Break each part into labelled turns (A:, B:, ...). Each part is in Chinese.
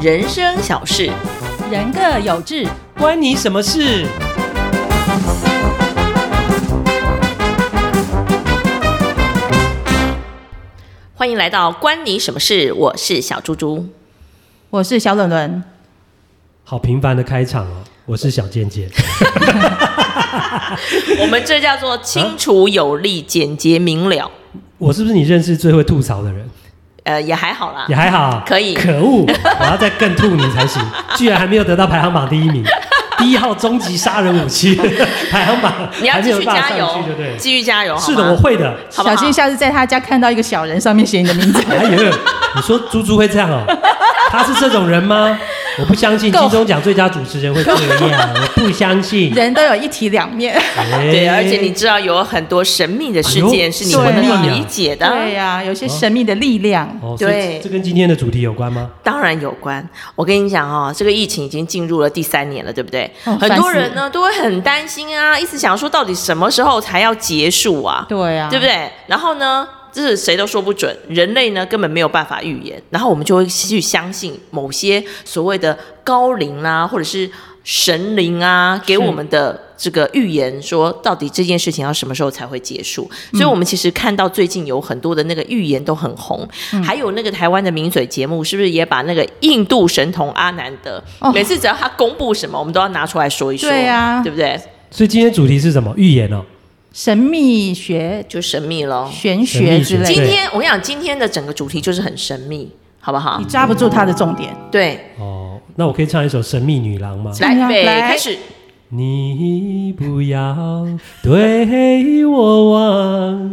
A: 人生小事，
B: 人各有志，
C: 关你什么事？
A: 欢迎来到关你什么事？我是小猪猪。
B: 我是小伦伦。
C: 好平凡的开场哦，我是小健健。
A: 我们这叫做清楚有力、简洁明了。
C: 我是不是你认识最会吐槽的人？
A: 呃，也还好啦
C: 也。还好，
A: 可以
C: 可恶，我要再更吐你 才行，居然还没有得到排行榜第一名，第一号终极杀人 武器排行榜，
A: 你要
C: 还没
A: 继
C: 有
A: 续
C: 办法
A: 加
C: 上
A: 油
C: 去，对不对？
A: 继续加油，好
C: 是的，
A: 吗
C: 我会的。。
A: 好不好
B: 小心下次在他家看到一个小人，上面写你的名字
C: 哎呦，你说猪猪会这样哦？他是这种人吗？我不相信
B: 够
C: 金钟奖最佳主持人会这样，我不相信。
B: 人都有一体两面。
C: 哎
A: 对，而且你知道有很多神秘的事
C: 哎
A: 件
C: 呦
A: 是你不
B: 神秘
A: 能
B: 啊
A: 理解的。
B: 对呀、有些神秘的力量。
C: 哦，所以
A: 对
C: 这这跟今天的主题有关吗？
A: 当然有关。我跟你讲哦，这个疫情已经进入了第三年了，对不对？
B: 哦
A: 很多
B: 烦死
A: 人呢都会很担心啊，一直想说到底什么时候才要结束啊，
B: 对呀、
A: 对不对？然后呢，这是谁都说不准，人类呢根本没有办法预言，然后我们就会去相信某些所谓的高龄啊，或者是。神灵啊，给我们的这个预言说，到底这件事情要什么时候才会结束？
B: 嗯
A: 所以，我们其实看到最近有很多的那个预言都很红，
B: 嗯
A: 还有那个台湾的名嘴节目，是不是也把那个印度神童阿南德，
B: 哦
A: 每次只要他公布什么，我们都要拿出来说一说，
B: 对啊
A: 对不对？
C: 所以今天主题是什么？预言哦，
B: 神秘学、
A: 就神秘喽。
B: 玄学之类
C: 神秘
A: 今
B: 的，
C: 对
A: 天我跟你讲，今天的整个主题就是很神秘，好不好
B: 你？抓不住它的重点。
A: 对，
C: 哦，那我可以唱一首《神秘女郎》吗？
A: 来
B: 嗯，
A: 备
B: 来
A: 开始。
C: 你不要对我忘。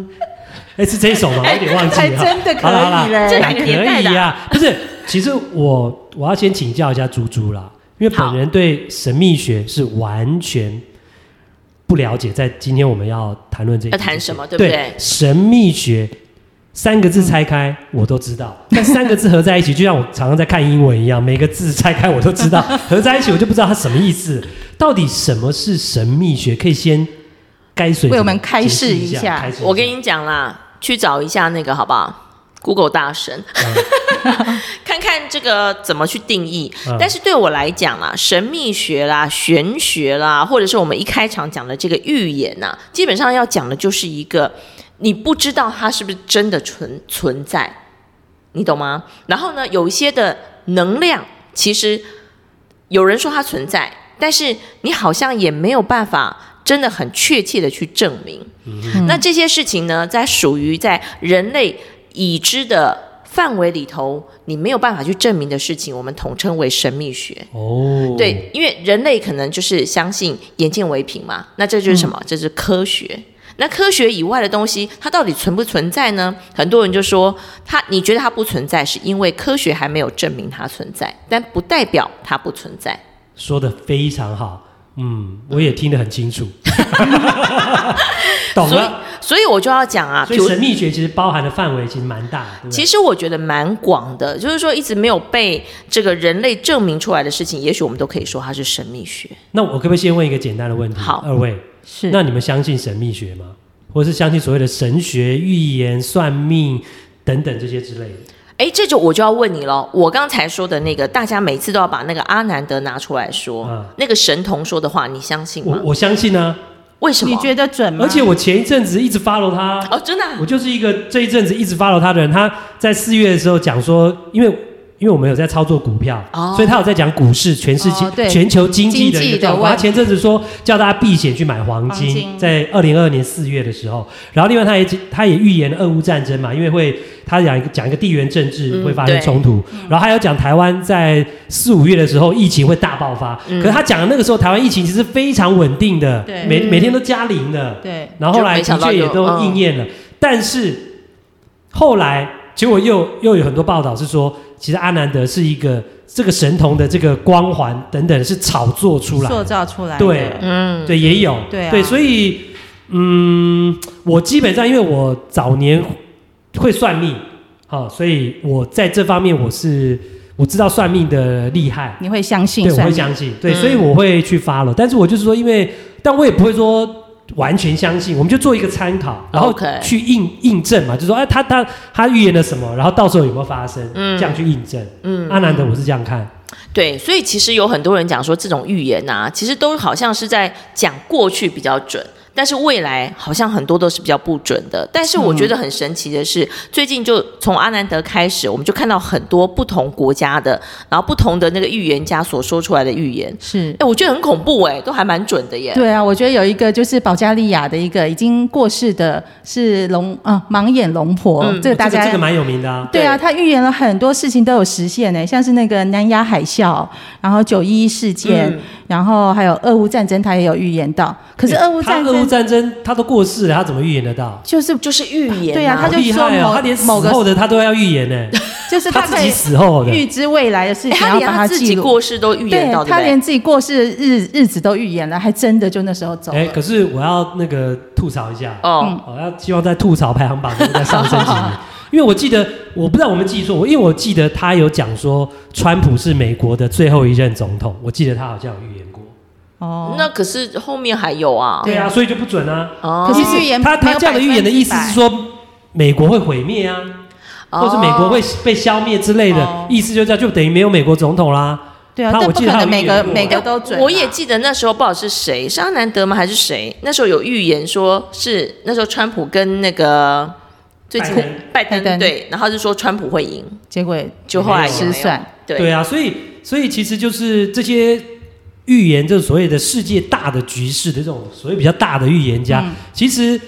C: 哎，是这一首 吗？我有点忘记
B: 哎
C: 了。
B: 真的可以
C: 好啦好啦
B: 嘞
A: 这哪个
C: 可
A: 年代的啊
C: 以呀？不是，其实我我要先请教一下猪猪啦，因为本人对神秘学是完全不了解。在今天我们要谈论这一
A: 要
C: 集
A: 谈
C: 之
A: 什么对
C: 前
A: 不
C: 对
A: 对
C: 神秘学三个字拆开我都知道，但三个字合在一起，就像我常常在看英文一样，每个字拆开我都知道，合在一起我就不知道它什么意思。到底什么是神秘学？可以先该谁
B: 为我们开示一
C: 一
B: 下
C: 开示一下
A: 我跟你讲啦，去找一下那个好不好？Google 大神，看看这个怎么去定义。
C: 嗯
A: 但是对我来讲啦，神秘学啦、玄学啦，或者是我们一开场讲的这个预言呐、基本上要讲的就是一个你不知道它是不是真的存存在，你懂吗？然后呢，有一些的能量，其实有人说它存在，但是你好像也没有办法真的很确切的去证明。
C: 嗯
A: 那这些事情呢，在属于在人类已知的。范围里头，你没有办法去证明的事情，我们统称为神秘学。
C: 哦，
A: 对，因为人类可能就是相信眼见为凭嘛，那这就是什
C: 嗯
A: 么？这是科学。那科学以外的东西，它到底存不存在呢？很多人就说，它你觉得它不存在，是因为科学还没有证明它存在，但不代表它不存在。
C: 说的非常好，嗯，我也听得很 清楚，懂
A: 所以
C: 了。，
A: 所以我就要讲啊，
C: 所以神秘学其实包含的范围其实蛮大，对不对
A: 其实我觉得蛮广的，就是说一直没有被这个人类证明出来的事情，也许我们都可以说它是神秘学。
C: 那我可不可以先问一个简单的问题？
A: 好
C: 二位，
B: 是
C: 那你们相信神秘学吗？或是相信所谓的神学、预言、算命等等这些之类的？
A: 哎，这就我就要问你了。我刚才说的那个，大家每次都要把那个阿南德拿出来说，
C: 嗯
A: 那个神童说的话，你相信
C: 我
A: 吗？
C: 我相信啊，
A: 为什么？
B: 你觉得准吗？
C: 而且我前一阵子一直 follow 他，
A: 哦，真的啊、
C: 我就是一个这一阵子一直 follow 他的人。他在四月的时候讲说，因为因为我们有在操作股票，
A: 哦
C: 所以他有在讲股市、全世界、
B: 哦对
C: 全球经济的
B: 经
C: 一
B: 济
C: 个
B: 的
C: 状
B: 问
C: 况。他前阵子说叫大家避险去买黄金，
B: 黄金
C: 在二零二二年四月的时候，然后另外他也他也预言了俄乌战争嘛，因为会他讲一个讲一个地缘政治
A: 嗯
C: 会发生冲突，然后还有讲台湾在四五月的时候疫情会大爆发，
A: 嗯
C: 可是他讲的那个时候台湾疫情其实非常稳定的
B: 对，
C: 每
A: 嗯
C: 每天都加零的，
B: 对，
C: 然后后来
A: 就没
C: 的
A: 想到
C: 确也
A: 有
C: 都
A: 嗯
C: 应验了，但是后来结果又又有很多报道是说，其实阿南德是一个这个神童的这个光环等等是炒作出来的，
B: 塑造出来的。
C: 对
A: 嗯，
C: 对，也有，
B: 对啊
C: 所以，嗯，我基本上因为我早年会算命，好、所以我在这方面我是我知道算命的厉害，
B: 你会相信
C: 对，我
B: 算
C: 会
B: 命？
C: 相信，对，
A: 嗯
C: 所以我会去发了。但是我就是说，因为，但我也不会说完全相信，我们就做一个参考，然后
A: OK
C: 去印印证嘛，就说，哎，他他他预言了什么，然后到时候有没有发生，
A: 嗯
C: 这样去印证。啊
A: 嗯
C: 阿南德，我是这样看，
A: 对，所以其实有很多人讲说，这种预言啊，其实都好像是在讲过去比较准，但是未来好像很多都是比较不准的。但是我觉
B: 嗯
A: 得很神奇的是，最近就从阿南德开始，我们就看到很多不同国家的，然后不同的那个预言家所说出来的预言，
B: 是。
A: 哎，我觉得很恐怖哎、都还蛮准的耶。
B: 对啊，我觉得有一个就是保加利亚的一个已经过世的是龙啊盲眼龙婆，
A: 嗯
B: 这个大家、
C: 这个蛮有名的啊。
B: 对啊，他预言了很多事情都有实现呢，像是那个南亚海啸，然后九一一事件，
A: 嗯
B: 然后还有俄乌战争，他也有预言到。可是
C: 欸
B: 俄乌战
C: 他俄乌
B: 争
C: 战争他都过世了，他怎么预言得到？
B: 就是
A: 就是预言、哎
B: 对啊他
C: 好
B: 就
C: 厉害
B: 说
C: 哦，
B: 某
C: 他连死
B: 某个
C: 后的他都要预 言呢，
B: 就是
C: 他
B: 他
C: 自
B: 可
C: 己
B: 以
C: 死后的。
B: 预知未来的事
A: 哎
B: 情，然
A: 他
B: 后
A: 连
B: 把
A: 他自
B: 记
A: 己
B: 录。
A: 过世都预言
B: 对
A: 到，
B: 他
A: 不对
B: 连自己过世的日日子都预言了，还真的就那时候走了。
C: 哎，可是我要那个吐槽一下，
A: 哦，
B: 嗯
C: 我要希望在吐槽排行榜能够再上升级， 因为我记得，我不知道我们记错，我因为我记得他有讲说，川普是美国的最后一任总统，我记得他好像有预言过。
B: 哦，
A: 那可是后面还有啊。
C: 对
B: 对
C: 啊，
B: 啊
C: 所以就不准啊。
A: 哦，
B: 可是预言
C: 他
B: 没
C: 他
B: 有
C: 这样的预言的意思
B: 100%
C: 是说，美国会毁灭啊，
A: 哦
C: 或是美国会被消灭之类的
B: 哦，
C: 意思就叫就等于没有美国总统啦。
B: 对啊，
C: 他
B: 但
C: 我
B: 不
C: 记
B: 可
C: 得
B: 能
C: 他有
B: 每
C: 预言
B: 个
C: 过
B: 每个都准啊。
A: 我也记得那时候不知道是谁，是阿南德吗还是谁？那时候有预言说是那时候川普跟那个最近拜
C: 拜登
A: 登
B: 拜登
A: 对，然后就说川普会赢，
B: 结果
A: 就后来
C: 没有
A: 也没
B: 失
A: 有
B: 算，
A: 对
C: 对啊，所以所以其实就是这些预言，就是所谓的世界大的局势的这种所谓比较大的预言家，
B: 嗯
C: 其实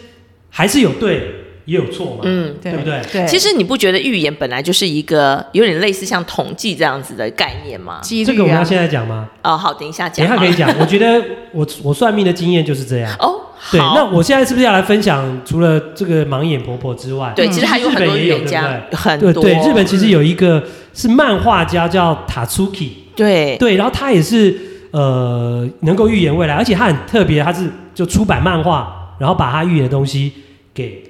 C: 还是有对也有错嘛。
A: 嗯。
C: 对不对
B: 对，
A: 其实你不觉得预言本来就是一个有点类似像统计这样子的概念吗？
B: 几
C: 这个我
B: 率
C: 们要
B: 啊，
C: 现在讲吗？
A: 哦，好，等一下讲
C: 等一下
A: 好
C: 可
A: 了。
C: 以讲。我觉得 我我算命的经验就是这样。
A: 哦，
C: 对，
A: 好
C: 那我现在是不是要来分享除了这个盲眼婆婆之外，
A: 对，
B: 嗯
A: 其实还有
C: 日
A: 很
C: 本
A: 多
C: 也
A: 预
C: 有
A: 言家
C: 对，
A: 很
C: 对
A: 多
C: 对，日本其实有一个是漫画家叫塔出 k i
A: 对
C: 对，然后他也是呃能够预言未来，而且他很特别，他是就出版漫画，然后把他预言的东西给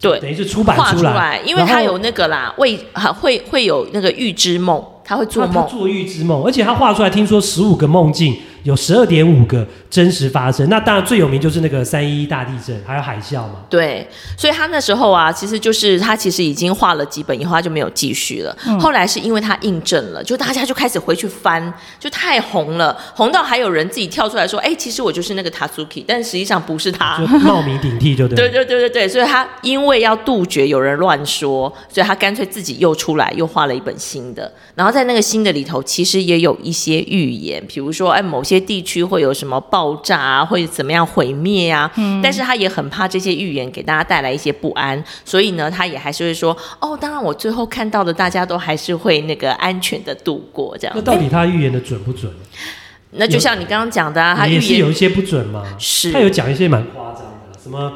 A: 对
C: 等于是出版
A: 画
C: 出
A: 出
C: 来，
A: 来，因为
C: 然后
A: 他有那个啦，会啊会会有那个预知梦，他会做
C: 他他
A: 梦，
C: 做预知梦，而且他画出来，听说十五个梦境有十二点五个真实发生，那当然最有名就是那个三一一大地震，还有海啸嘛。
A: 对，所以他那时候啊，其实就是他其实已经画了几本以后，他就没有继续了。后来是因为他印证了，就大家就开始回去翻，就太红了，红到还有人自己跳出来说：“哎、其实我就是那个 Tatsuki，但实际上不是他。
C: 就冒名顶替，就”对了。
A: 啊对对对对对，所以他因为要杜绝有人乱说，所以他干脆自己又出来又画了一本新的，然后在那个新的里头，其实也有一些预言，比如说哎某些地区会有什么爆炸啊，会怎么样毁灭啊，
C: 嗯
A: 但是他也很怕这些预言给大家带来一些不安，所以呢，他也还是会说，哦，当然我最后看到的，大家都还是会那个安全的度过这样
C: 那。到底他预言的准不准？
A: 那就像你刚刚讲的、啊，他预
C: 也是有
A: 言
C: 一些不准嘛。
A: 是
C: 他有讲一些蛮夸张的啦，什么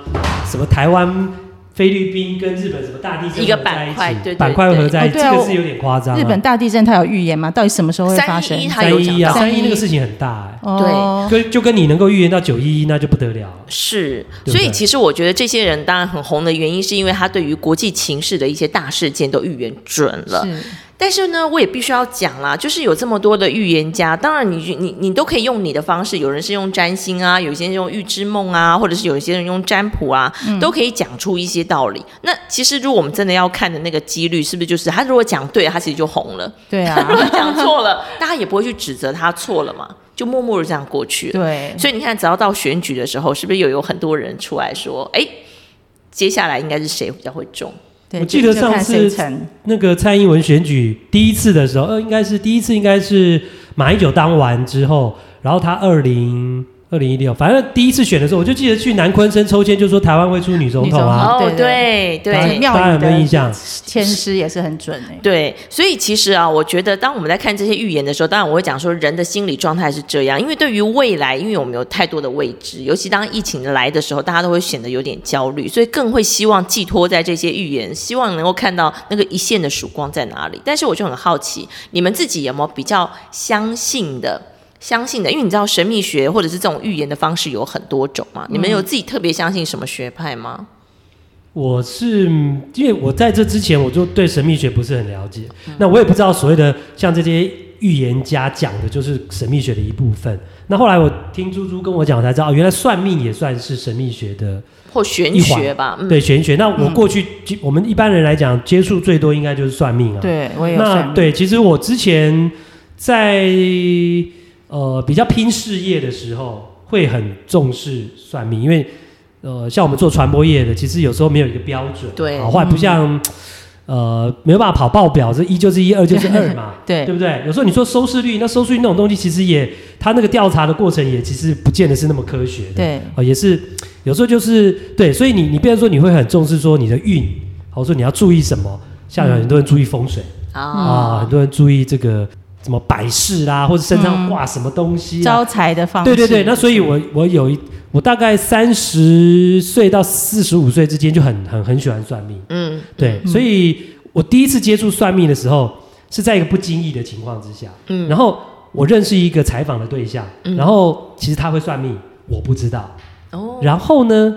C: 什么台湾、菲律宾跟日本什么大地震
A: 一个
C: 合在
A: 板块
C: 一起
A: 对对
C: 板块合在一起，
B: 对对
C: 这
B: 哦
C: 个是有点夸张啊。
B: 日本大地震它有预言吗？到底什么时候会发生
A: 三一？一他
C: 三
A: 有
C: 一
A: 讲
C: 一啊，
A: 到。
C: 三
B: 三一
C: 一那个事情很大
B: 哦
C: 哎，，跟就跟你能够预言到九一一，那就不得了了。
A: 是，
C: 对不对
A: 所以其实我觉得这些人当然很红的原因，是因为他对于国际情势的一些大事件都预言准了。
B: 是
A: 但是呢，我也必须要讲啦，就是有这么多的预言家，当然你你你都可以用你的方式，有人是用占星啊，有些人用预知梦啊，或者是有一些人用占卜啊，
C: 嗯
A: 都可以讲出一些道理。那其实如果我们真的要看的那个几率，是不是就是他如果讲对，他其实就红了；
B: 对
A: 他如果
B: 啊，
A: 讲错了，大家也不会去指责他错了嘛，就默默的这样过去了。
B: 对，
A: 所以你看，只要到选举的时候，是不是又有很多人出来说，哎，接下来应该是谁比较会中？
B: 对
C: 我记得
B: 就看
C: 上
B: 谁
C: 次
B: 成
C: 那个蔡英文选举第一次的时候，呃，应该是第一次，应该是马英九当完之后，然后他二零二零一六，反正第一次选的时候，我就记得去南昆生抽签，就说台湾会出女总统
B: 女总
C: 啊
B: 统。
A: 哦，对
B: 对
C: 大
A: 对
C: 家
B: 对妙
C: 大家有
B: 语
C: 没有
B: 的
C: 印象？
B: 签诗也是很准哎，
A: 对，所以其实啊，我觉得当我们在看这些预言的时候，当然我会讲说，人的心理状态是这样，因为对于未来，因为我们有太多的未知，尤其当疫情来的时候，大家都会显得有点焦虑，所以更会希望寄托在这些预言，希望能够看到那个一线的曙光在哪里。但是我就很好奇，你们自己有没有比较相信的？相信的，因为你知道神秘学或者是这种预言的方式有很多种嘛，你们有自己特别相信什么学派吗？
C: 我是嗯因为我在这之前我就对神秘学不是很了解，
B: 嗯
C: 那我也不知道所谓的像这些预言家讲的就是神秘学的一部分。那后来我听猪猪跟我讲，我才知道哦原来算命也算是神秘学的
A: 或玄
C: 一环
A: 学吧，嗯，
C: 对玄学。那我过去、就我们一般人来讲接触最多应该就是算命啊。
B: 对我也有
C: 那
B: 算，
C: 对，其实我之前在呃比较拼事业的时候，会很重视算命，因为呃像我们做传播业的，其实有时候没有一个标准，
A: 对嗯
C: 好坏不像。呃，没有办法跑报表，这一就是一，二就 是二嘛，
B: 对
C: 对不对？有时候你说收视率，那收视率那种东西，其实也，它那个调查的过程也其实不见得是那么科学的。
B: 对
C: 哦，也是有时候就是对，所以你你变成说你会很重视说你的运，好说你要注意什么，像有很多人注意风水、啊，
A: 啊
C: 很，多人注意这个什么摆饰啦，或者身
A: 嗯
C: 上挂什么东西、啊
B: 招财的方式。
C: 对对对，那所以我我有一我大概三十岁到四十五岁之间就很很很喜欢算命，
A: 嗯，
C: 对，所以我第一次接触算命的时候是在一个不经意的情况之下，
A: 嗯
C: 然后我认识一个采访的对象，然后其实他会算命，我不知道。
A: 哦，
C: 然后呢，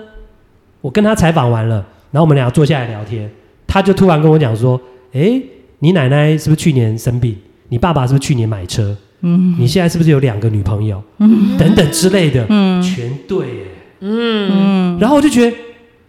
C: 我跟他采访完了，然后我们俩坐下来聊天，他就突然跟我讲说：“诶，你奶奶是不是去年生病？你爸爸是不是去年买车？嗯，你现在是不是有两个女朋友？嗯，等等之类的，嗯，全对耶。嗯，然后我就觉得，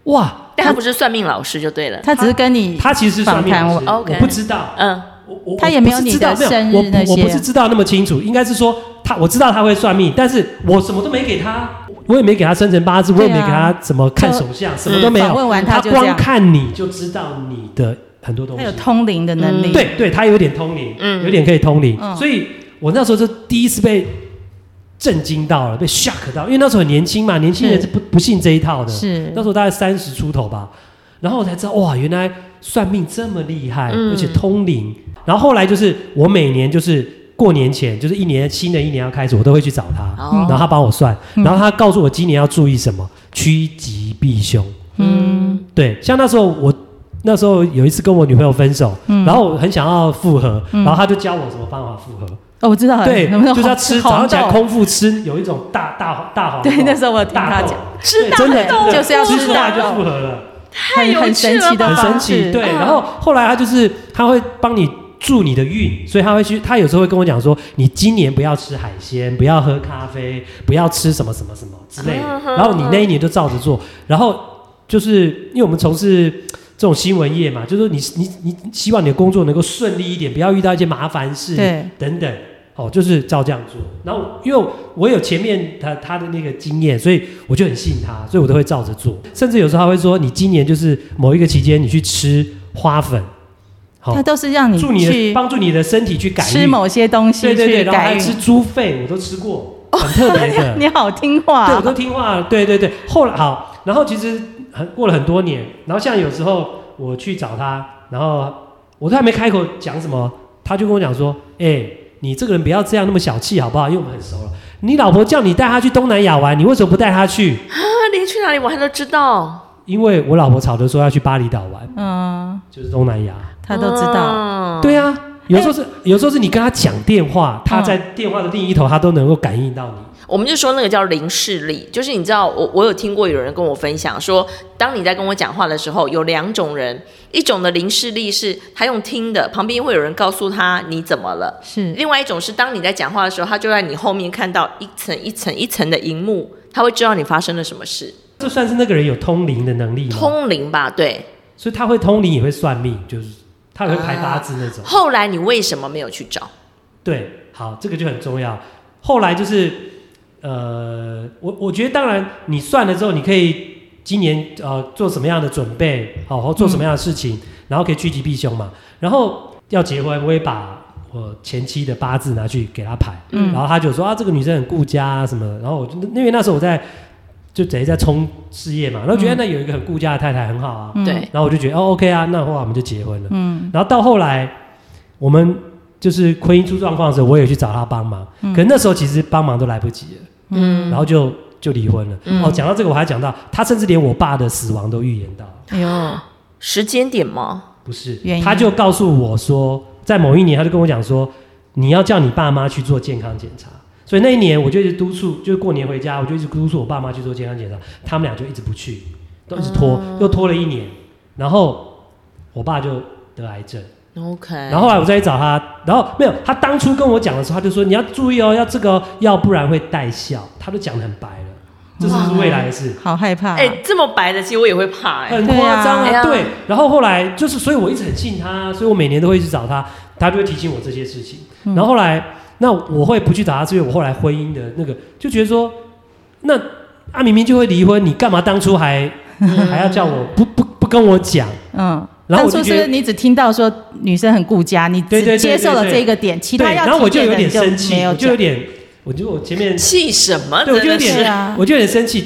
C: 哇，
A: 但他不是算命老师就对了，
B: 他只是跟你
C: 他其实是算命老师
B: 访
A: 谈我，OK
C: 我不知道，
A: 嗯，
C: 我我
B: 他也
C: 我不
B: 没有
C: 是
B: 你
C: 知道
B: 的
C: 没有
B: 生日
C: 我不
B: 那
C: 我不
B: 些
C: 是知道那么清楚，应该是说他我知道他会算命，但是我什么都没给他，我也没给他生辰八字，我也没
B: 对啊
C: 给他怎么看手相，什么都没有
B: 访。问完
C: 他
B: 就这
C: 光
B: 样，
C: 看你就知道你的很多东
B: 他
C: 西
B: 有。通灵的能力。
A: 嗯，
C: 对对，他有点通灵，
A: 嗯
C: 有点可以通灵，
B: 嗯
C: 所以我那时候就第一次被震惊到了，被 shock 到，因为那时候很年轻嘛，年轻人
B: 是
C: 是不不信这一套的。
B: 是
C: 那时候大概三十出头吧，然后我才知道哇，原来算命这么厉害，
A: 嗯
C: 而且通灵。然后后来就是我每年就是过年前，就是一年新的一年要开始，我都会去找他，然后
A: 哦，
C: 他帮我算，
B: 嗯
C: 然后他告诉我今年要注意什么，趋吉避凶。
A: 嗯，
C: 对，像那时候我那时候有一次跟我女朋友分手，
B: 嗯
C: 然后我很想要复合，
B: 嗯
C: 然后他就教我什么方法复合，
B: 哦，我知道了，
C: 对，
B: 能不能
C: 就是要吃
B: 红
C: 早上起来
B: 豆
C: 空腹吃有一种大大大黄豆，
B: 对，那时候我听
C: 大
B: 他
C: 豆
B: 讲，
A: 吃
C: 对
A: 大
C: 真的
A: 豆
C: 真的
B: 就是要
C: 吃
B: 吃
C: 出来
B: 大
C: 就
B: 豆
C: 复合了，
A: 太
B: 很
A: 有
B: 很
A: 趣
B: 神
A: 了
B: 奇
A: 吧
B: 的
C: 很神
B: 方
C: 奇。
B: 式，
C: 对，
A: 嗯
C: 然后后来他就是他会帮你。助你的运，所以他会去，他有时候会跟我讲说，你今年不要吃海鲜，不要喝咖啡，不要吃什么什么什么之类的
A: 嗯。哼
C: 然后你那一年就照着做，然后就是因为我们从事这种新闻业嘛，就是说你你你你希望你的工作能够顺利一点，不要遇到一些麻烦事
B: 对
C: 等等。哦，就是照这样做。然后因为我有前面他他的那个经验，所以我就很信他，所以我都会照着做。甚至有时候他会说，你今年就是某一个期间，你去吃花粉，好、
B: 他都是让你
C: 助你的
B: 去
C: 帮助你的身体去改
B: 吃
C: 运
B: 某些东西
C: 对对对，
B: 去
C: 然后
B: 改
C: 还吃
B: 运。。
C: 猪肺，我都吃过，很特别
B: 哦
C: 的
B: 你好听话
C: 对，我
B: 啊，
C: 都听话。对对对，后来好，然后其实很过了很多年，然后像有时候我去找他，然后我都还没开口讲什么，他就跟我讲说：“哎、你这个人不要这样那么小气好不好？因为我们很熟了。你老婆叫你带她去东南亚玩，你为什么不带她去？
A: 啊，连去哪里玩他都知道，
C: 因为我老婆吵着说要去巴厘岛玩，
B: 嗯，
C: 就是东南亚。
B: 他都知道，
A: 嗯
C: 对啊，有时候是、有时候是你跟他讲电话，他在电话的另一头，他都能够感应到你。
A: 我们就说那个叫零视力，就是你知道，我我有听过有人跟我分享说，当你在跟我讲话的时候，有两种人，一种的零视力是他用听的，旁边会有人告诉他你怎么了；
B: 是
A: 另外一种是当你在讲话的时候，他就在你后面看到一层一层一层的荧幕，他会知道你发生了什么事，
C: 这算是那个人有通灵的能力吗？
A: 通灵吧？对。
C: 所以他会通灵，也会算命，就是他也会排八字那种。
A: 后来你为什么没有去找？
C: 对，好，这个就很重要。后来就是，呃，我我觉得当然你算了之后，你可以今年呃做什么样的准备，好、或做什么样的事情，然后可以趋吉避凶嘛。然后要结婚，我也把我前妻的八字拿去给他排，
B: 嗯
C: 然后他就说啊，这个女生很顾家啊什么的。然后我就因为那时候我在就等于在冲事业嘛，然后觉得哎那有一个很顾家的太太很好啊，
B: 嗯
A: 对，
C: 然后我就觉得哦 OK 啊，那后来我们就结婚了。
B: 嗯，
C: 然后到后来，我们就是婚姻出状况的时候，我也去找他帮忙，
B: 嗯
C: 可是那时候其实帮忙都来不及了，
A: 嗯，
C: 然后就就离婚了。
B: 嗯
C: 哦，讲到这个，我还讲到他甚至连我爸的死亡都预言到，
B: 哎呦，
A: 时间点吗？
C: 不是
B: 原，因
C: 他就告诉我说，在某一年他就跟我讲说，你要叫你爸妈去做健康检查。所以那一年我就一直督促，就是过年回家，我就一直督促我爸妈去做健康检查，他们俩就一直不去，都一直拖，
B: 哦
C: 又拖了一年，然后我爸就得癌症。
A: OK，
C: 然后后来我再去找他，然后没有，他当初跟我讲的时候，他就说你要注意哦，要这个哦，要不然会带笑。他都讲的很白了，这是不是未来的事？
B: 好害怕啊，
A: 哎、这么白的，其实我也会怕哎、
C: 很夸张
A: 对
C: 啊，
A: 啊
C: 对。然后后来
B: 嗯
C: 就是，所以我一直很信他，所以我每年都会去找他，他就会提醒我这些事情。然后后来那我会不去打他，是因为我后来婚姻的那个就觉得说，那啊明明就会离婚，你干嘛当初还、还要叫我不不不跟我讲？
B: 嗯，
C: 然
B: 当
C: 后我就
B: 初
C: 觉得
B: 是你只听到说女生很顾家，你
C: 对对对
B: 只接受了
C: 对
B: 这
C: 对
B: 一个点，其
C: 对，
B: 他要
C: 然后我
B: 听见
C: 就有
B: 的
C: 点
B: 你
C: 生气
B: 没，有
C: 我就有
B: 讲
C: 点，我就我前面
A: 气什么？
C: 对，我就有
A: 真的是
B: 是
C: 点，
B: 啊
C: 我就有点生气。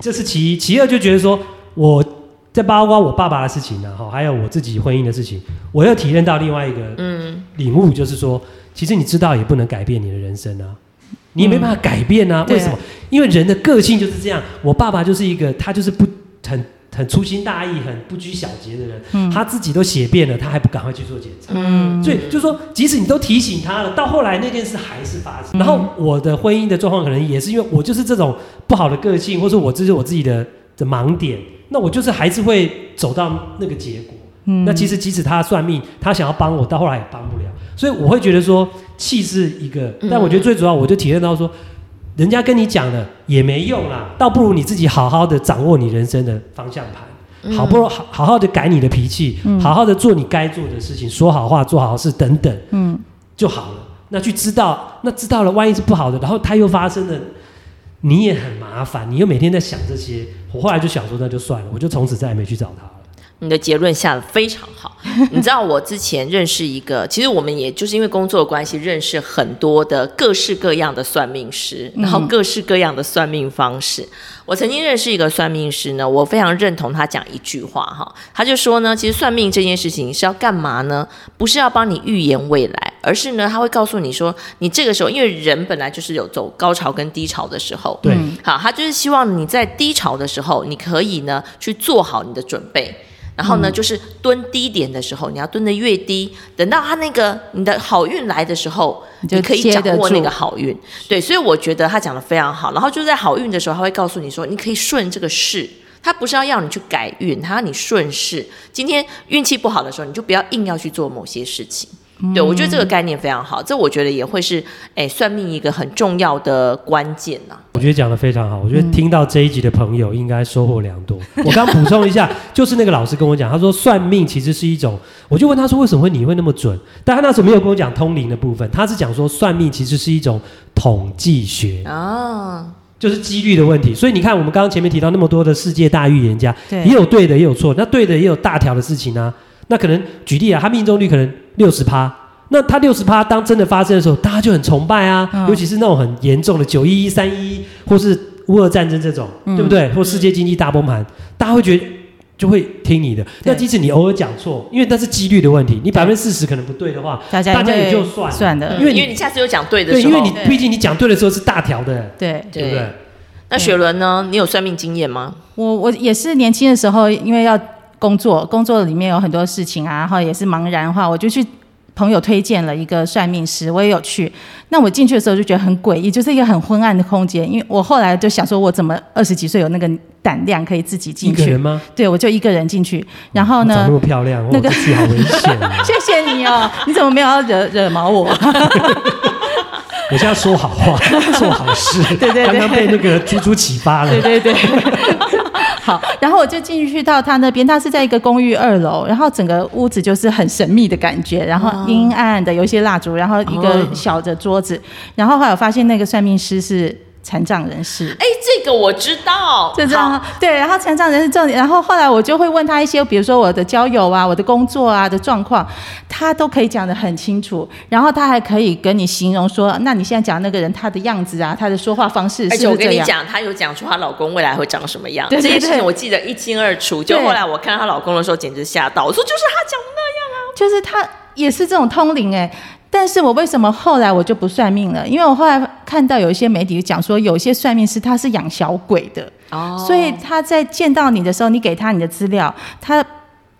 C: 这是其一，其二就觉得说，我在包括我爸爸的事情啊呢，哈，还有我自己婚姻的事情，我又体验到另外一个
A: 嗯，
C: 领悟，就是说，其实你知道也不能改变你的人生啊，你也没办法改变啊。
B: 嗯对
C: 为什么？因为人的个性就是这样。我爸爸就是一个，他就是不很很粗心大意、很不拘小节的人，
B: 嗯
C: 他自己都血便了，他还不赶快去做检查。
B: 嗯
C: 所以就说，即使你都提醒他了，到后来那件事还是发生。
B: 嗯
C: 然后我的婚姻的状况可能也是因为我就是这种不好的个性，或是我这是我自己的的盲点，那我就是还是会走到那个结果。
B: 嗯
C: 那其实即使他算命，他想要帮我，到后来也帮不了。所以我会觉得说，气是一个，但我觉得最主要，我就体验到说，人家跟你讲的也没用啦，倒不如你自己好好的掌握你人生的方向盘。好不容好好好的改你的脾气，好好的做你该做的事情，说好话，做好事等等
B: 嗯，
C: 就好了。那去知道，那知道了，万一是不好的，然后它又发生了，你也很麻烦，你又每天在想这些。我后来就想说，那就算了，我就从此再也没去找他了。
A: 你的结论下的非常好。
C: 嗯
A: 你知道我之前认识一个，其实我们也就是因为工作的关系，认识很多的各式各样的算命师，
C: 嗯
A: 然后各式各样的算命方式。我曾经认识一个算命师呢，我非常认同他讲一句话哈，他就说呢，其实算命这件事情是要干嘛呢？不是要帮你预言未来，而是呢，他会告诉你说，你这个时候，因为人本来就是有走高潮跟低潮的时候，
C: 对，
B: 嗯
A: 好，他就是希望你在低潮的时候，你可以呢去做好你的准备。然后呢，就是蹲低点的时候，你要蹲得越低，等到他那个你的好运来的时候，
B: 你
A: 你
B: 就
A: 可以
B: 接
A: 掌
B: 得
A: 握
B: 住
A: 那个好运。对，所以我觉得他讲的非常好。然后就在好运的时候，他会告诉你说，你可以顺这个势。他不是要要你去改运，他要你顺势。今天运气不好的时候，你就不要硬要去做某些事情。对，我觉得这
C: 嗯
A: 个概念非常好，这我觉得也会是哎算命一个很重要的关键呐、
C: 我觉得讲的非常好，我觉得听到这一集的朋友应该收获良多。我刚补充一下，就是那个老师跟我讲，他说算命其实是一种，我就问他说为什么会你会那么准，但他那时候没有跟我讲通灵的部分，他是讲说算命其实是一种统计学，
A: 哦，
C: 就是几率的问题。所以你看，我们刚刚前面提到那么多的世界大预言家，
B: 对
C: 也有对的，也有错。那对的也有大条的事情啊。那可能举例啊，他命中率可能六十趴，那他六十趴当真的发生的时候，大家就很崇拜啊，
B: 嗯
C: 尤其是那种很严重的九一一、三一一，或是乌俄战争这种，
B: 嗯
C: 对不对？或世界经济大崩盘，大家会觉得。就会听你的，那
B: 对
C: 即使你偶尔讲错，因为那是几率的问题，你百分之四十可能不对的话，
B: 大家
C: 大家也
B: 会
C: 就算了
A: 嗯
B: 算了，
C: 因为你
A: 因为你下次有讲对的
C: 对，
A: 时候，
C: 因为你
B: 对
C: 毕竟你讲对的时候是大条的，
B: 对。
C: 对不对？
A: 那雪伦呢？你有算命经验吗？
B: 我我也是年轻的时候，因为要工作，工作里面有很多事情啊，然后也是茫然的话，我就去朋友推荐了一个算命师，我也有去。那我进去的时候就觉得很诡异，就是一个很昏暗的空间。因为我后来就想说，我怎么二十几岁有那个胆量可以自己
C: 一
B: 进
C: 个人
B: 去？
C: 吗？
B: 对，我就一个人进去。然后
C: 哦长
B: 呢
C: 那，么漂亮，
B: 哦那
C: 那
B: 个
C: 个去好危险 啊！
B: 谢谢你哦，你怎么没有要惹惹毛我？
C: 我现在说好话，做好事。
B: 对对对
C: 刚刚被那个猪猪启发了。
B: 对对对。好，然后我就进去到他那边，他是在一个公寓二楼，然后整个屋子就是很神秘的感觉，然后阴暗的，有一些蜡烛，然后一
A: 哦
B: 个小的桌子，然后后来我发现那个算命师是残障人士。
A: 哎，这个我知道，
B: 就这样
A: 哦好，
B: 对，然后残障人士重点，然后后来我就会问他一些，比如说我的交友啊、我的工作啊的状况，他都可以讲得很清楚，然后他还可以跟你形容说，那你现在讲那个人他的样子啊，他的说话方式
A: 而
B: 是
A: 且
B: 不
A: 哎我
B: 是
A: 跟
B: 这
A: 你
B: 样？
A: 讲，她有讲出她老公未来会长什么样，
B: 对对
A: 这件事情
B: 对
A: 我记得一清二楚。就
B: 对
A: 后来我看她老公的时候，简直吓到，我说就是她讲的那样啊。
B: 就是他也是这种通灵哎、但是我为什么后来我就不算命了？因为我后来看到有一些媒体讲说，有一些算命师他是养小鬼的，
A: 哦
B: 所以他在见到你的时候，你给他你的资料，他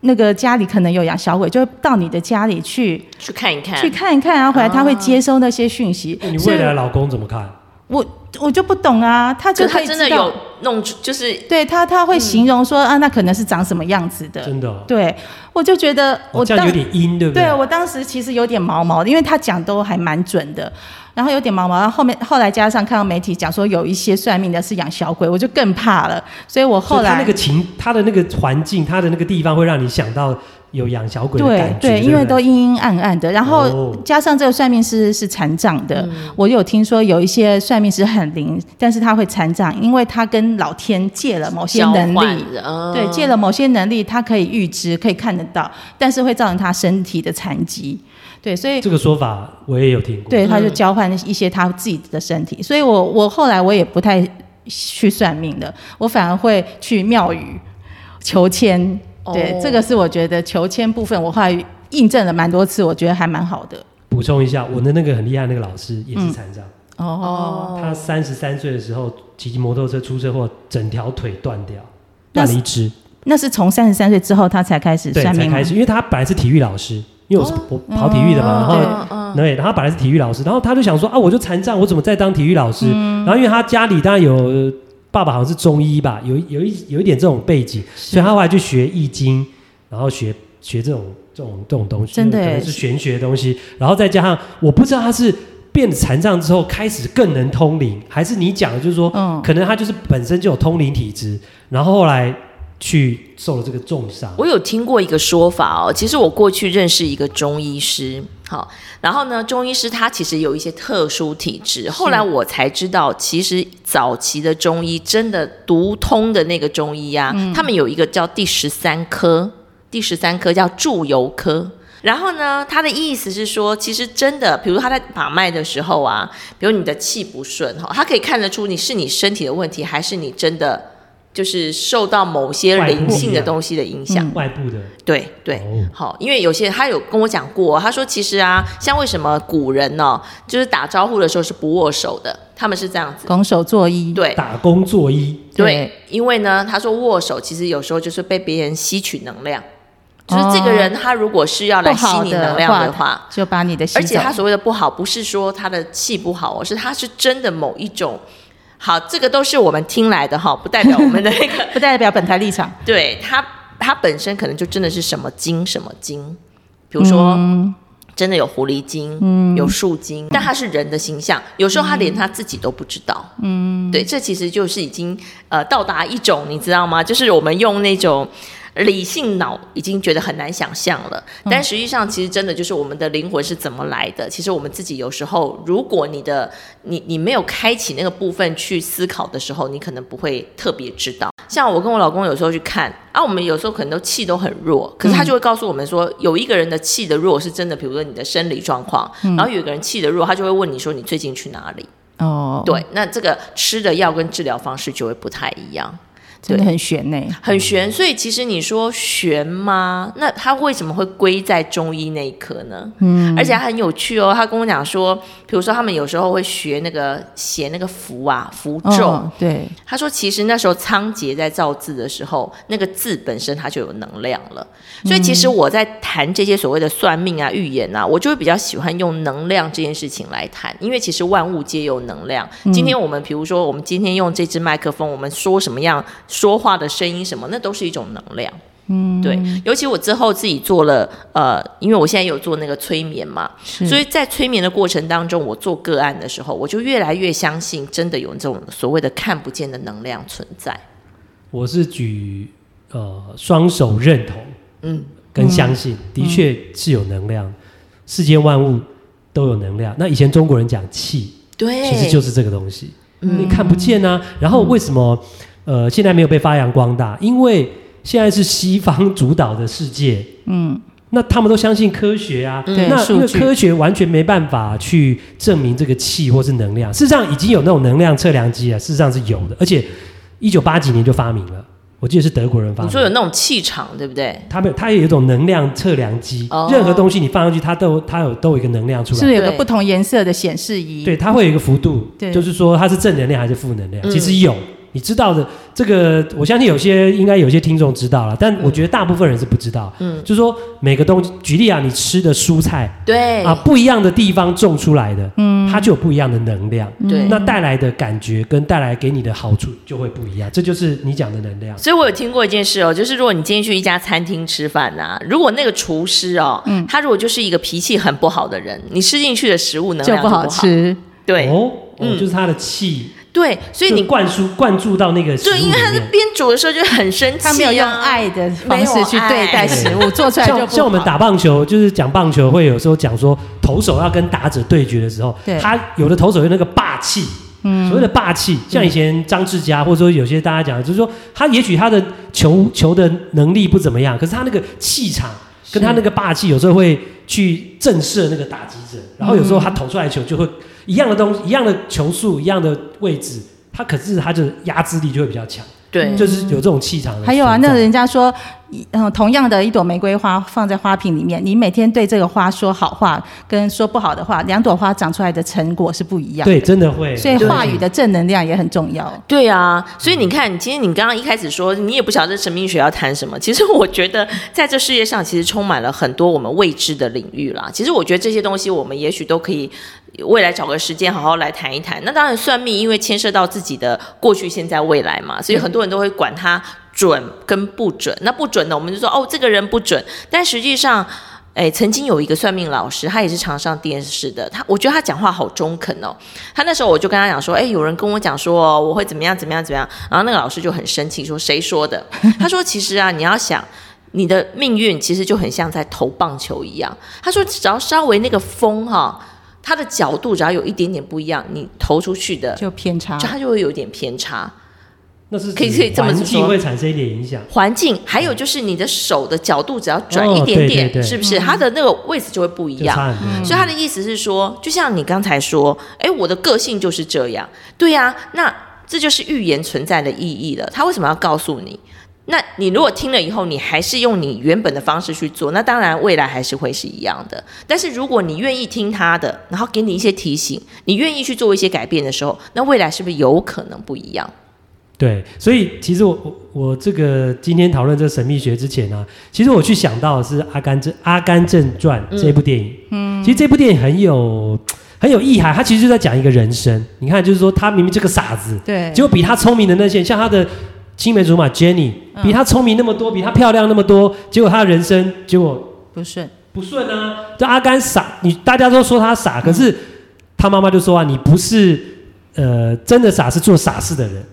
B: 那个家里可能有养小鬼，就会到你的家里去
A: 去看一看，哦
B: 去看一看，啊然后回来他会接收那些讯息。
C: 哎你
B: 所以
C: 未来老公怎么看？
B: 我我就不懂啊，他
A: 可
B: 就是
A: 她
B: 可以
A: 真的
B: 知道
A: 有，嗯弄出，就是
B: 对他他会形容说、啊，那可能是长什么样子的。
C: 真的哦，
B: 对，我就觉得我
C: 哦这
B: 当
C: 样有点阴，对不
B: 对我当时其实有点毛毛的，因为他讲都还蛮准的，然后有点毛毛，然后后面后来加上看到媒体讲说有一些算命的是养小鬼，我就更怕了，所以我
C: 所
B: 后
C: 以他
B: 来
C: 那个情，他的那个环境，他的那个地方会让你想到有养小鬼的感
B: 对
C: 觉，对不对，
B: 因为都阴阴暗暗的，然后
C: 哦嗯
B: 加上这个算命师是残障的，我有听说有一些算命师很灵，但是他会残障，因为他跟老天借了某些
A: 交
B: 能
A: 换
B: 力，，
A: 嗯
B: 对，借了某些能力，他可以预知，可以看得到，但是会造成他身体的残疾，对，所以
C: 这个说法我也有听过。
B: 对，他就
A: 嗯
B: 交换一些他自己的身体，所以我我后来我也不太去算命的，我反而会去庙宇求签。对，
A: 哦
B: 这个是我觉得求签部分，我后来印证了蛮多次，我觉得还蛮好的。
C: 补充一下，我的那个很厉害的那个老师也是残障，
B: 嗯哦，
A: 哦
C: 他三十三岁的时候骑摩托车出车祸，整条腿断掉，断了一只，
B: 那是从三十三岁之后他才开始
C: 对，
B: 算
C: 才
B: 命吗哦
C: 开？始，因为他本来是体育老师，因为我是、我跑体育的嘛，然后
A: 嗯嗯
C: 对，然后他本来是体育老师，然后他就想说啊，我就残障，我怎么再当体育老师？
B: 嗯
C: 然后因为他家里当然有呃爸爸好像是中医吧，有一有一有一点这种背景，所以他后来就学易经，然后学学这种这种这种东西，
B: 真的
C: 可能
B: 耶
C: 是玄学的东西，然后再加上我不知道他是。变残障之后开始更能通灵，还是你讲的就是说，
B: 嗯
C: 可能他就是本身就有通灵体质，然后后来去受了这个重伤。
A: 我有听过一个说法哦，其实我过去认识一个中医师，好，然后呢，中医师他其实有一些特殊体质，后来我才知道，其实早期的中医真的独通的那个中医啊，
C: 嗯
A: 他们有一个叫第十三科，第十三科叫祝由科。然后呢，他的意思是说，其实真的，比如他在把脉的时候啊，比如你的气不顺哈，他可以看得出你是你身体的问题，还是你真的就是受到某些
C: 外部
A: 灵性
C: 力
A: 的
C: 量
A: 东西的影响。
C: 外部的
A: 对对
C: 哦，
A: 好、因为有些他有跟我讲过，他说其实啊，像为什么古人呢、就是打招呼的时候是不握手的，他们是这样子，
B: 拱手作揖，
A: 对
C: 打工作医，
A: 对，因为呢，他说握手其实有时候就是被别人吸取能量，就是这个
B: 哦
A: 人他如果是要来
B: 不
A: 吸
B: 好
A: 你
B: 的
A: 能量的
B: 话
A: 话
B: 就把你的吸
A: 而且
B: 走
A: 他所谓的不好，不是说他的气不好哦，是他是真的某一种。好，这个都是我们听来的哈，不代表我们的那个
B: 不代表本台立场。
A: 对他，他本身可能就真的是什么精什么精，比如说、
B: 嗯
A: 真的有狐狸精，有树精，但他是人的形象，有时候他连他自己都不知道。嗯，对，这其实就是已经呃到达一种你知道吗？就是我们用那种。理性脑已经觉得很难想象了，
B: 嗯
A: 但实际上其实真的就是我们的灵魂是怎么来的。其实我们自己有时候，如果你的你你没有开启那个部分去思考的时候，你可能不会特别知道。像我跟我老公有时候去看啊，我们有时候可能都气都很弱，可是他就会告诉我们说，有一个人的气的弱是真的，比如说你的生理状况，
B: 嗯
A: 然后有一个人气的弱，他就会问你说你最近去哪里？
B: 哦，，
A: 对，那这个吃的药跟治疗方式就会不太一样。
B: 真的很悬呢、
A: 很玄，所以其实你说玄吗？那它为什么会归在中医那一科呢？嗯，而且还很有趣哦。他跟我讲说，比如说他们有时候会学那个写那个符啊符咒，
B: 哦，对，
A: 他说，其实那时候仓颉在造字的时候，那个字本身它就有能量了。所以其实我在谈这些所谓的算命啊、预言啊，我就会比较喜欢用能量这件事情来谈，因为其实万物皆有能量。今天我们比如说，我们今天用这支麦克风，我们说什么样说话的声音什么，那都是一种能量。嗯，对，尤其我之后自己做了，呃，因为我现在有做那个催眠嘛，
B: 是
A: 所以在催眠的过程当中，我做个案的时候，我就越来越相信，真的有这种所谓的看不见的能量存在。
C: 我是举呃双手认同
A: 嗯，
C: 跟相信，的确是有能量，世间万物都有能量。那以前中国人讲气，
A: 对，
C: 其实就是这个东西，你
A: 哎嗯
C: 看不见啊。然后为什么呃现在没有被发扬光大？因为现在是西方主导的世界，
B: 嗯，
C: 那他们都相信科学啊，
B: 对
C: 那因
B: 数
C: 为
B: 据
C: 科学完全没办法去证明这个气或是能量。事实上已经有那种能量测量机啊了，事实上是有的，而且一九八几年就发明了，我记得是德国人发
A: 嗯你
C: 明
A: 说有
C: 的。
A: 那种气场，对不对？
C: 他们它也有一种能量测量机，
A: 哦
C: 任何东西你放上去，它都有它有都有一个能量出
B: 是不
C: 来。
B: 是有个
A: 对
B: 不同颜色的显示仪？
C: 对，它会有一个幅度，
B: 对
C: 就是说它是正能量还是负能量，
A: 嗯
C: 其实有，你知道的这个，我相信有些应该有些听众知道了，但我觉得大部分人是不知道。嗯，就是说每个东西，举例啊，你吃的蔬菜
A: 对
C: 啊，不一样的地方种出来的，嗯，它就有不一样的能量。
A: 对
C: 嗯那带来的感觉跟带来给你的好处就会不一样，这就是你讲的能量。
A: 所以我有听过一件事哦，就是如果你今天去一家餐厅吃饭呐、如果那个厨师哦，他如果就是一个脾气很不好的人，你吃进去的食物能
B: 就
A: 量
B: 不
A: 不
B: 好。吃。
A: 对、
C: 哦，哦
A: 嗯
C: 就是它的气，
A: 对，所以
C: 就
A: 你
C: 灌输灌注到那个食物
A: 对，
C: 里
A: 因为他是
C: 面。
A: 边煮的时候就很生气、啊，
B: 他没有用爱的方式去对待食物，做出来就不
C: 像
B: 好
C: 像我们打棒球，就是讲棒球会有时候讲说投手要跟打者对决的时候
B: 对，嗯
C: 他有的投手有那个霸气，所谓的霸气，像以前张志佳或者说有些大家讲的，就是说他也许他的球球的能力不怎么样，可是他那个气场跟他那个霸气有时候会去震慑那个打击者，然后有时候他投出来的球就会一样的东西，一样的球速，一样的位置，他可是他的压制力就会比较强，
A: 对，
C: 就是有这种气场的存在。
B: 还有啊，那人家说，一嗯，同样的一朵玫瑰花放在花瓶里面，你每天对这个花说好话，跟说不好的话，两朵花长出来的成果是不一样。
C: 对，真的会。
B: 所以
C: 对
B: 话语的正能量也很重要。
A: 对啊，所以你看，其实你刚刚一开始说你也不晓得神秘学要谈什么，其实我觉得在这世界上其实充满了很多我们未知的领域啦。其实我觉得这些东西我们也许都可以未来找个时间好好来谈一谈。那当然，算命因为牵涉到自己的过去、现在、未来嘛，所以很多人都会管它准跟不准。那不准呢，我们就说哦，这个人不准，但实际上。哎，曾经有一个算命老师，他也是常上电视的。他，我觉得他讲话好中肯哦。他那时候我就跟他讲说，哎，有人跟我讲说我会怎么样怎么样怎么样，然后那个老师就很生气说谁说的？ 他说其实啊，你要想。你的命运其实就很像在投棒球一样。他说，只要稍微那个风哈、它的角度只要有一点点不一样，你投出去的，
B: 就偏差
A: 就，它就会有点偏差。
C: 那是
A: 可以可以这么
C: 环
A: 说
C: 境会产生一点影响。
A: 环境，还有就是你的手的角度只要转一点点，
C: 哦对对对
A: 是不是？它的那个位置就会不一
C: 就
A: 样。
C: 差很多。
A: 所以他的意思是说，就像你刚才说，哎，我的个性就是这样，对呀、那这就是预言存在的意义了。他为什么要告诉你？那你如果听了以后，你还是用你原本的方式去做，那当然未来还是会是一样的。但是如果你愿意听他的，然后给你一些提醒，你愿意去做一些改变的时候，那未来是不是有可能不一样？
C: 对，所以其实我我我这个今天讨论这神秘学之前呢、其实我去想到的是《阿甘正阿甘正传》这部电影。嗯，其实这部电影很有很有意涵，它其实就在讲一个人生。你看，就是说他明明这个傻子，
B: 对
C: 结果比他聪明的那些，像他的青梅竹马 Jenny，比他聪明那么多，比他漂亮那么多，结果他的人生结果
B: 不顺，
C: 不顺啊。这阿甘傻，你大家都说他傻，可是他妈妈就说啊，你不是呃真的傻，是做傻事的人。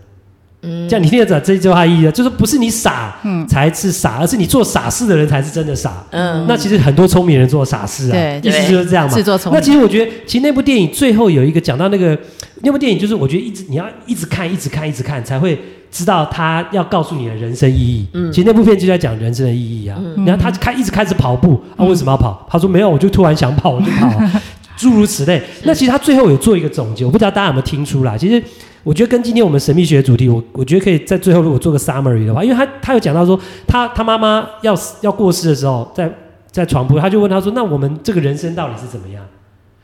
C: 嗯，这样你听得懂这句话的意义啊？就是不是你傻，才是傻，而是你做傻事的人才是真的傻。
A: 嗯，
C: 那其实很多聪明人做傻事啊，
B: 对
C: 意思就是这样嘛
B: 自。作聪
C: 那
B: 明。
C: 其实我觉得，其实那部电影最后有一个讲到那个那部电影，就是我觉得一直你要一直看，一直看，一直看，才会知道他要告诉你的人生意义。嗯，其实那部片就在讲人生的意义啊。然后他开一直开始跑步，啊，为什么要跑？他说没有，我就突然想跑，我就跑，啊诸如此类。那其实他最后有做一个总结，我不知道大家有没有听出来。其实我觉得跟今天我们神秘学的主题，我我觉得可以在最后如果做个 summary 的话，因为他他有讲到说，他他妈妈要死要过世的时候，在在床铺，他就问他说：“那我们这个人生到底是怎么样？”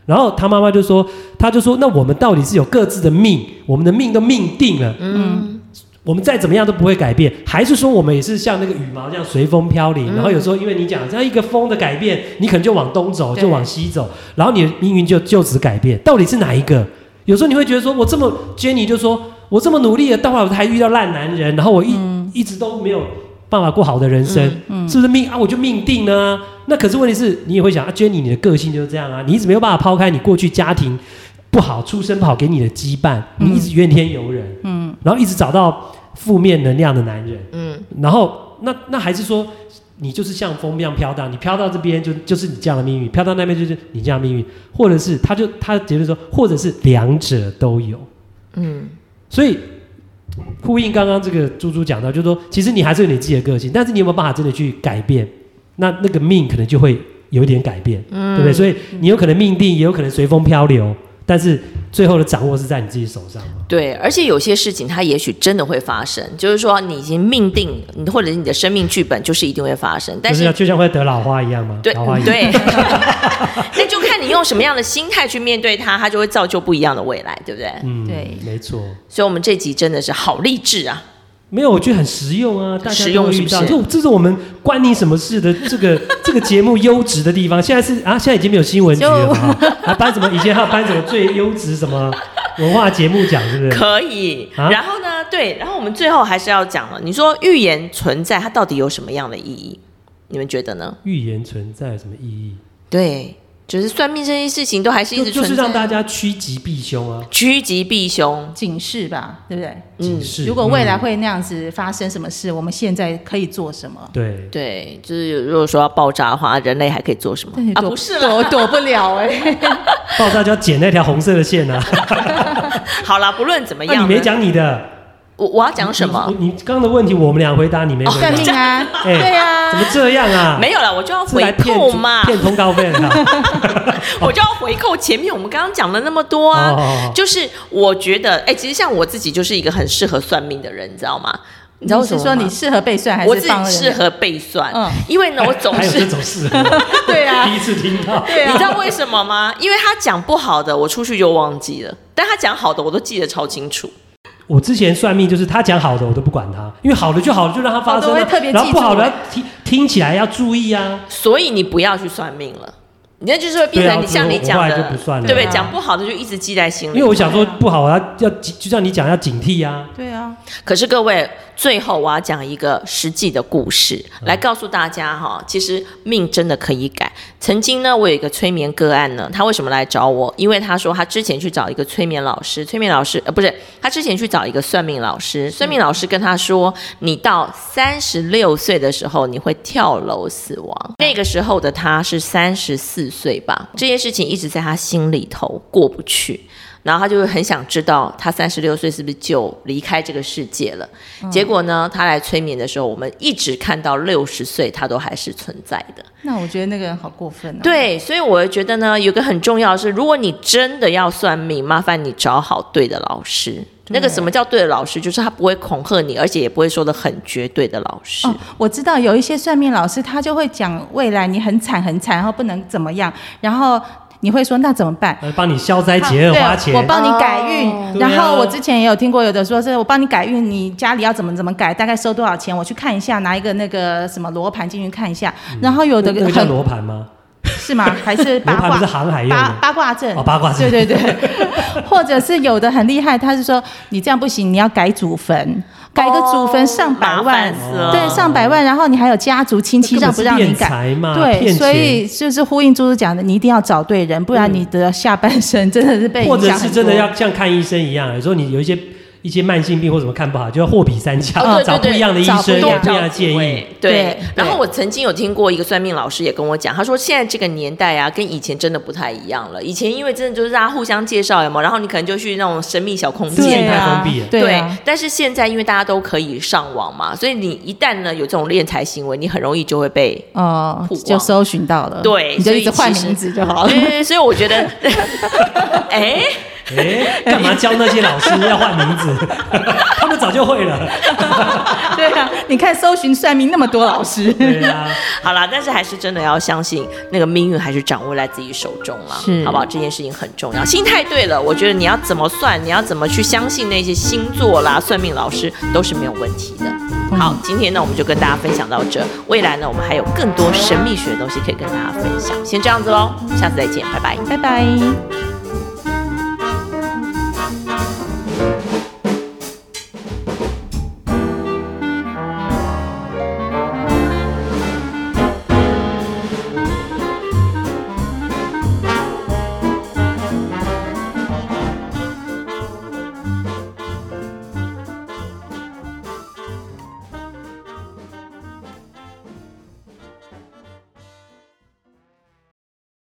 C: 然后他妈妈就说：“他就说，那我们到底是有各自的命，我们的命都命定了，
B: 嗯，
C: 我们再怎么样都不会改变，还是说我们也是像那个羽毛这样随风飘零？然后有时候因为你讲这样一个风的改变，你可能就往东走，
B: 对
C: 就往西走，然后你的命运就就此改变，到底是哪一个？有时候你会觉得说，我这么 Jenny 就说我这么努力了，到后来我还遇到烂男人，然后我
B: 嗯
C: 一、一直都没有办法过好的人生，是不是命啊？我就命定了啊、那可是问题是你也会想啊，Jenny 你的个性就是这样啊，你一直没有办法抛开你过去家庭不好、出身不好给你的羁绊，你一直怨天尤人，嗯，然后一直找到负面能量的男人，
A: 嗯，
C: 然后那那还是说你就是像风一样飘荡，你飘到这边就就是你这样的命运，飘到那边就是你这样的命运，或者是他就他的结论说，或者是两者都有，
A: 嗯，
C: 所以呼应刚刚这个猪猪讲到，就是说其实你还是有你自己的个性，但是你有没有办法真的去改变？那那
A: 嗯
C: 个命可能就会有一点改变，对不对？所以你有可能命定，也有可能随风漂流，但是最后的掌握是在你自己手上嘛。
A: 对，而且有些事情它也许真的会发生，就是说你已经命定，你或者你的生命剧本就是一定会发生，但
C: 就是要就像会得老花一样吗？
A: 对
C: 老花眼。
A: 对， 那就看你用什么样的心态去面对它，它就会造就不一样的未来，对不对？
C: 嗯，
B: 对
C: 没错。
A: 所以，我们这集真的是好励志啊！
C: 没有，我觉得很实用啊，大家
A: 实
C: 都
A: 用
C: 会
A: 是
C: 遇
A: 不
C: 到。
A: 是
C: 就这是我们关你什么事的这个 这个节目优质的地方。现在是啊，现在已经没有新闻局了嘛，还颁什么？以前还有颁什么最优质什么文化节目奖，是不是？
A: 可以。
C: 啊
A: 然后呢，对，然后我们最后还是要讲了，你说预言存在，它到底有什么样的意义？你们觉得呢？
C: 预言存在有什么意义？
A: 对，就是算命这件事情都还是一
C: 就
A: 直
C: 就
A: 存在，
C: 是让大家趋吉避凶啊，
A: 趋吉避凶。
B: 警示吧，对不对？
C: 警示。
B: 如果未来
C: 嗯
B: 会那样子发生什么事，我们现在可以做什么？
C: 嗯对，
A: 对，就是如果说要爆炸的话，人类还可以做什么
B: 对
A: 啊？
B: 哎躲
A: 不是啦，
B: 躲躲不了哎、
C: 爆炸就要剪那条红色的线 啊。
A: 好啦，不论怎么
C: 那
A: 样
C: 你
A: 呢，
C: 没讲你的，
A: 我我要讲什么？哦
C: 你？你你刚刚的问题我们俩回答，你没回答
B: 算。命啊，
C: 哎
B: 对啊
C: 怎，么这样啊？
A: 没有了，我就要
C: 是来
A: 回
C: 骗
A: 扣嘛，
C: 骗通告费的啊。
A: 我就要回扣前面我们刚刚讲了那么多啊。
C: 哦，
A: 就是我觉得，哎、其实像我自己就是一个很适合算命的人，你知道吗？你知道为什
B: 是
A: 么
B: 说
A: 吗
B: 你适合被算还
A: 我
B: 是
A: 自
B: 放
A: 己
B: 任？
A: 适合被算，
B: 嗯
A: 因为呢，我总
C: 还有
A: 是
C: 这 种事，
B: 对啊
C: 第，一次听到。
B: 对
A: 你知
B: 啊，
A: 道为什么吗？因为他讲不好的，我出去就忘记了；但他讲好的，我都记得超清楚。
C: 我之前算命就是他讲好的我都不管他，因为好的就好了，就让它发生
B: 好的
C: 啊
B: 会特别，记住
C: 然后不好的要听听起来要注意啊。
A: 所以你不要去算命了，你那就是会变
C: 对啊
A: 成你像你
C: 我
A: 讲
C: 后来
A: 的，
C: 就不算了
A: 对不对？
B: 对啊
A: 讲不好的就一直记在心
C: 因为
A: 里。
C: 我想说不好，我要要就像你讲要警惕啊。
B: 对啊，
A: 可是各位，最后我要讲一个实际的故事来告诉大家哈，其实命真的可以改。曾经呢，我有一个催眠个案呢，他为什么来找我？因为他说他之前去找一个催眠老师，催眠老师呃不是，他之前去找一个算命老师，算命老师跟他说，你到三十六岁的时候你会跳楼死亡。那个时候的他是三十四岁吧，这件事情一直在他心里头过不去。然后他就会很想知道他三十六岁是不是就离开这个世界了。
B: 嗯
A: 结果呢，他来催眠的时候，我们一直看到六十岁他都还是存在的。
B: 那我觉得那个人好过分哦。
A: 对，所以我觉得呢，有个很重要的是，如果你真的要算命，麻烦你找好对的老师。那个什么叫对的老师，就是他不会恐吓你，而且也不会说的很绝对的老师。
B: 哦，我知道有一些算命老师，他就会讲未来你很惨很惨，然后不能怎么样，然后你会说那怎么办？
C: 呃帮你消灾解厄
B: 对啊
C: 花钱
B: 我，帮你改运。
C: 对啊
B: 然后我之前也有听过有的说是我帮你改运，你家里要怎么怎么改，大概收多少钱，我去看一下，拿一个那个什么罗盘进去看一下。然后有的
C: 嗯那个叫
B: 很
C: 罗盘吗？
B: 是吗？还是
C: 罗
B: 八
C: 盘不
B: 卦
C: 是？航海用
B: 八
C: 的。
B: 八卦阵
C: 哦八卦阵
B: 对对 对，或者是有的很厉害，他是说你这样不行，你要改祖坟，改个祖坟上
C: 哦
B: 百万，
A: 麻烦死了
B: 对，上百万，然后你还有家族亲戚让不让你
C: 骗
B: 改？
C: 财嘛？
B: 对，
C: 骗
B: 所
C: 钱，
B: 以就是呼应猪猪讲的，你一定要找对人，不然你的下半生真的是被影
C: 或
B: 响
C: 者
B: 很
C: 是
B: 多
C: 真的要像看医生一样，有时候你有一些一些慢性病或什么看不好，就要货比三家，
A: 哦对对
C: 找不一样的医生，
B: 对对
C: 给不一
B: 对
C: 样的建议。
A: 对，
B: 对
A: 然后我曾经有听过一个算命老师也跟我讲，他说现在这个年代啊，跟以前真的不太一样了。以前因为真的就是大家互相介绍，有没有？然后你可能就去那种神秘小空
C: 资
A: 间
C: 讯
B: 对
C: 太
B: 啊
C: 封闭了，
B: 对啊，
A: 但是现在因为大家都可以上网嘛，所以你一旦呢有这种敛财行为，你很容易就会 被。
B: 哦
A: 曝，
B: 就
A: 光
B: 搜寻到了，
A: 对
B: 你就一直
A: 所以
B: 换
A: 其实
B: 名字就好了
A: 对。啊对对，所以我觉得， 哎，
C: 哎，干嘛教那些老师要换名字？ 他们早就会了。
B: 对啊，你看搜寻算命那么多老师，
C: 对啊，
A: 好啦，但是还是真的要相信那个命运还是掌握在自己手中啦，
B: 是
A: 好不好？这件事情很重要，心态对了，我觉得你要怎么算，你要怎么去相信那些星座啦、算命老师都是没有问题的。好，今天呢我们就跟大家分享到这，未来呢我们还有更多神秘学的东西可以跟大家分享，先这样子喽，下次再见，拜拜。
B: 拜拜。